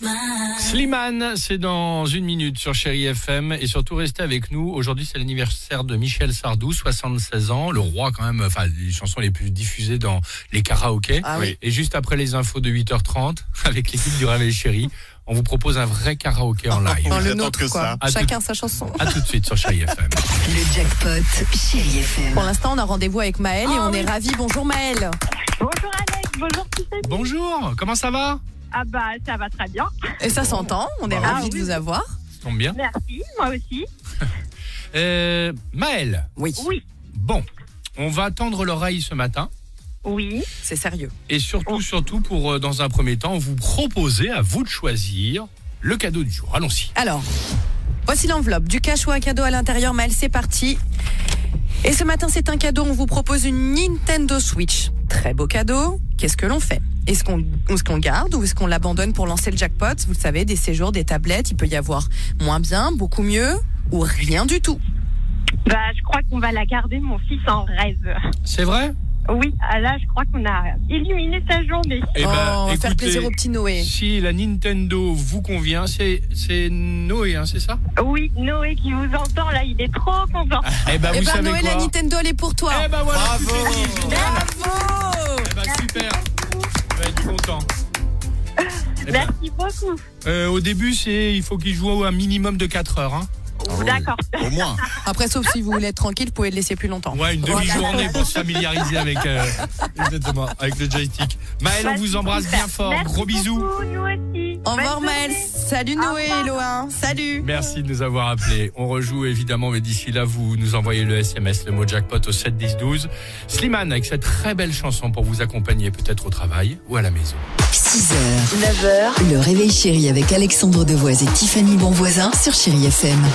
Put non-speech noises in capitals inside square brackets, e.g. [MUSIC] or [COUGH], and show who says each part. Speaker 1: mine.
Speaker 2: Ah
Speaker 3: Slimane, c'est dans une minute sur Chéri FM et surtout restez avec nous. Aujourd'hui, c'est l'anniversaire de Michel Sardou, 76 ans, le roi quand même, enfin les chansons les plus diffusées dans les karaokés.
Speaker 2: Ah
Speaker 3: Et juste après les infos de 8h30 [LAUGHS] avec l'équipe du Réveil Chéri, on vous propose un vrai karaoké en live.
Speaker 2: Dans le
Speaker 4: attend
Speaker 2: nôtre,
Speaker 4: que
Speaker 2: quoi.
Speaker 4: ça.
Speaker 3: À
Speaker 2: Chacun sa chanson.
Speaker 3: À tout de suite sur Chéri
Speaker 2: [LAUGHS]
Speaker 3: FM.
Speaker 5: Le jackpot, chérie FM.
Speaker 2: Pour l'instant, on a rendez-vous avec Maëlle et on est ravis. Bonjour Maëlle.
Speaker 6: Bonjour Alex, bonjour Tiffany.
Speaker 3: Bonjour, comment ça va
Speaker 6: Ah bah ça va très bien,
Speaker 2: Et ça s'entend, on est
Speaker 3: Ah
Speaker 2: ravis
Speaker 6: oui.
Speaker 2: de vous avoir.
Speaker 3: Ça Tombe bien.
Speaker 6: merci, moi aussi.
Speaker 3: Euh, Maël,
Speaker 2: Oui,
Speaker 6: Oui,
Speaker 3: bon, on va tendre l'oreille ce matin.
Speaker 6: oui,
Speaker 2: c'est sérieux.
Speaker 3: Et surtout, surtout pour, euh, dans un premier temps, vous proposer à vous de choisir le cadeau du jour. Allons-y.
Speaker 2: Alors, voici l'enveloppe. Du cash ou un cadeau à l'intérieur, Maëlle, c'est parti. Et ce matin, c'est un cadeau, on vous propose une Nintendo Switch. Très beau cadeau. Qu'est-ce que l'on fait Est-ce qu'on est qu'on garde ou est-ce qu'on l'abandonne pour lancer le jackpot Vous le savez, des séjours, des tablettes, il peut y avoir moins bien, beaucoup mieux ou rien du tout.
Speaker 6: bah je crois qu'on va la garder, mon fils en rêve.
Speaker 3: C'est vrai
Speaker 6: Oui, ah là je crois qu'on a illuminé sa journée.
Speaker 3: Eh
Speaker 2: Oh,
Speaker 3: ben,
Speaker 2: on va faire
Speaker 3: écoutez,
Speaker 2: plaisir au petit Noé.
Speaker 3: Si la Nintendo vous convient, c'est c'est Noé, hein, c'est ça
Speaker 6: Oui, Noé qui vous entend là, il est trop content.
Speaker 3: Eh ben,
Speaker 2: Eh ben Noé, la Nintendo, elle est pour toi.
Speaker 3: Eh ben voilà, tout est dit, génial.
Speaker 2: Bravo
Speaker 3: Eh ben, super. Il va être content. Eh ben,
Speaker 6: Merci beaucoup.
Speaker 3: euh, au début, c'est il faut qu'il joue un minimum de 4 heures. Hein.
Speaker 4: oui.
Speaker 6: D'accord.
Speaker 4: Au moins.
Speaker 2: Après, sauf si vous voulez être tranquille, vous pouvez le laisser plus longtemps.
Speaker 3: Ouais, une demi-journée pour [LAUGHS] se familiariser avec, euh, exactement, avec le joystick. Maël, on
Speaker 6: Bah,
Speaker 3: vous
Speaker 6: c'est
Speaker 3: embrasse
Speaker 6: super.
Speaker 3: bien fort.
Speaker 6: Merci
Speaker 3: Gros bisous.
Speaker 6: beaucoup, nous aussi.
Speaker 2: Au revoir
Speaker 6: Bonne
Speaker 2: Maël.
Speaker 6: journée.
Speaker 2: Salut
Speaker 6: Au
Speaker 2: Noé et
Speaker 6: revoir.
Speaker 2: Loin. Salut.
Speaker 3: Merci de nous avoir appelés. On rejoue évidemment, mais d'ici là, vous nous envoyez le SMS, le mot jackpot au 7 10 12. Slimane avec cette très belle chanson pour vous accompagner peut-être au travail ou à la maison.
Speaker 5: 6h, 9h, le réveil chéri avec Alexandre Devoise et Tiffany Bonvoisin sur Chéri FM.